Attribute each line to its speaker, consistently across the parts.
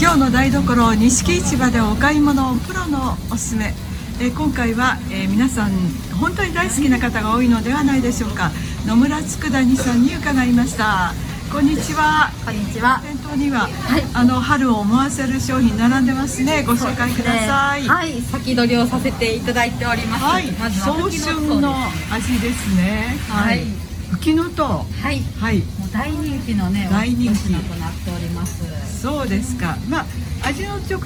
Speaker 1: 今日の台所錦市場でお買い物プロのおすすめえー今回は、えー皆さん本当に大好きな方が多いのではないでしょうか野村佃煮さんに伺いましたこんにちは
Speaker 2: こんにちは。
Speaker 1: 店頭には、
Speaker 2: い
Speaker 1: あの春を思わせる商品並んでますねご紹介ください、
Speaker 2: はい、先取りをさせていただいております。
Speaker 1: はい、
Speaker 2: まずは
Speaker 1: 早春の味ですね。
Speaker 2: はい
Speaker 1: ふきのとう。は
Speaker 2: はい。
Speaker 1: い、
Speaker 2: もう大人気のね、
Speaker 1: 大人気
Speaker 2: お品となっております。
Speaker 1: そうですか。まあ、味のちょ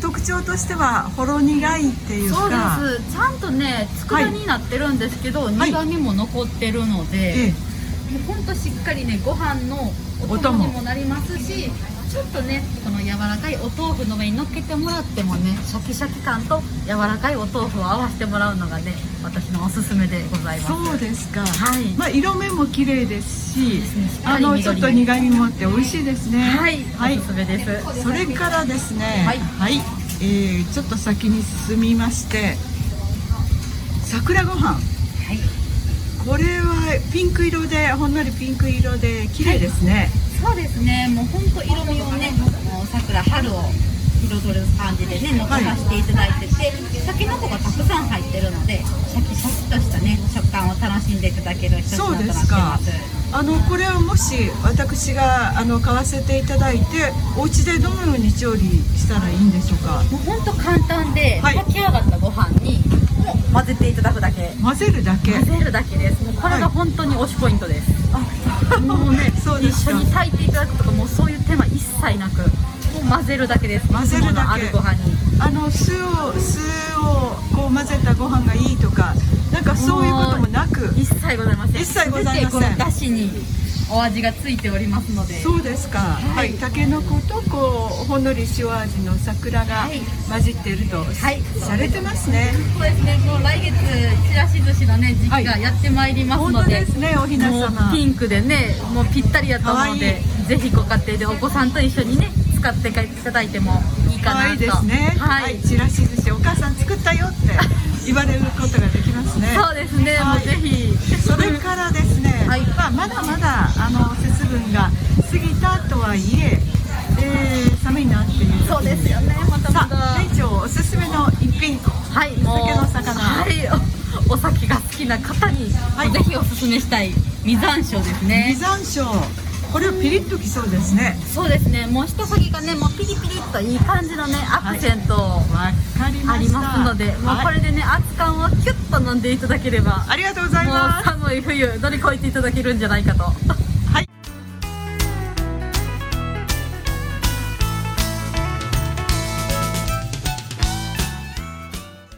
Speaker 1: 特徴としてはほろ苦いっていうか。
Speaker 2: そうです。ちゃんとね、佃煮になってるんですけど、
Speaker 1: い
Speaker 2: 苦味も残ってるので、
Speaker 1: ええ
Speaker 2: もうほんとしっかりね、ご飯のお供にもなりますし、ちょっとね、この柔らかいお豆腐の上に乗っけてもらってもね、シャキシャキ感と柔らかいお豆腐を合わせてもらうのがね、私のおすすめでございます。
Speaker 1: そうですか。
Speaker 2: はい
Speaker 1: まあ、色目も綺麗ですし、
Speaker 2: すねしっか
Speaker 1: あ
Speaker 2: り
Speaker 1: の、
Speaker 2: 緑
Speaker 1: ちょっと苦味もあって美味しいですね。
Speaker 2: はい、
Speaker 1: はい
Speaker 2: おす。すめです。
Speaker 1: それからですね。は。
Speaker 2: はいい
Speaker 1: えーちょっと先に進みまして。桜ご飯。
Speaker 2: はい、
Speaker 1: これはピンク色で、ほんのりピンク色で綺麗ですね。
Speaker 2: そうですね。もう本当色味をね、もう桜春を彩る感じでね、残させていただいてて、たけのこがたくさん入ってるので、シャキシャキとしたね、食感を楽しんでいただける一品と
Speaker 1: そう
Speaker 2: なって
Speaker 1: で
Speaker 2: ますす。
Speaker 1: かあのこれをもし私があの買わせていただいてお家でどのように調理したらいいんでしょうか
Speaker 2: もう本当簡単で、
Speaker 1: はい
Speaker 2: 炊き上がったご飯にもう混ぜていただくだけ。
Speaker 1: 混ぜるだけ、
Speaker 2: 混ぜるだけです。もうこれが本当に推しポイントです。もうね
Speaker 1: そうです
Speaker 2: 一
Speaker 1: か
Speaker 2: 緒に炊いていただくとか、もうそういう手間一切なく、もう混ぜるだけです。
Speaker 1: 混ぜるだけ
Speaker 2: いつものあるご飯に。
Speaker 1: あの酢を酢をこう混ぜたご飯がいいとかなんかそういうこともなく
Speaker 2: 一切ございません
Speaker 1: 一切ございません
Speaker 2: 全てこの出汁にお味がついておりますので
Speaker 1: そうですかは
Speaker 2: はい
Speaker 1: いたけのことこうほんのり塩味の桜が
Speaker 2: はい
Speaker 1: 混じっていると
Speaker 2: はい
Speaker 1: されてますね
Speaker 2: そうですねもう来月ちらし寿司のね時期
Speaker 1: は
Speaker 2: が
Speaker 1: い
Speaker 2: やってまいります
Speaker 1: 本
Speaker 2: の
Speaker 1: 当
Speaker 2: で、
Speaker 1: ですねおひな
Speaker 2: もう
Speaker 1: 様
Speaker 2: ピンクでねもうぴったりやと思うの
Speaker 1: かわ
Speaker 2: でぜひご家庭でお子さんと一緒にね使っていただいてもいいか
Speaker 1: 可
Speaker 2: なと
Speaker 1: 愛いですね。
Speaker 2: はい、
Speaker 1: はい、ちらし寿司お母さん作ったよって言われることができますね。
Speaker 2: そうですね、
Speaker 1: はい
Speaker 2: もうぜひ
Speaker 1: それからですね、
Speaker 2: はい
Speaker 1: まあ、まだまだあの節分が過ぎたとはいええー、寒いなっていう時に
Speaker 2: そうですよねまたま
Speaker 1: さ
Speaker 2: た
Speaker 1: あ店長おすすめの一品
Speaker 2: はい、もう
Speaker 1: お酒の魚
Speaker 2: はい、おお酒が好きな方に、
Speaker 1: はい
Speaker 2: ぜひおすすめしたい実山椒ですね
Speaker 1: 実山椒これをピリッときそうですね
Speaker 2: そうですね、もう一先がね、もうピリピリっといい感じのね、アクセント
Speaker 1: わかり
Speaker 2: あ
Speaker 1: ま
Speaker 2: り
Speaker 1: した
Speaker 2: ますので、もうこ
Speaker 1: はい
Speaker 2: れでね、熱感をキュッと飲んでいただければ、
Speaker 1: ありがとうござい
Speaker 2: も
Speaker 1: ま
Speaker 2: う
Speaker 1: す
Speaker 2: 寒い冬、乗り越えていただけるんじゃないかと。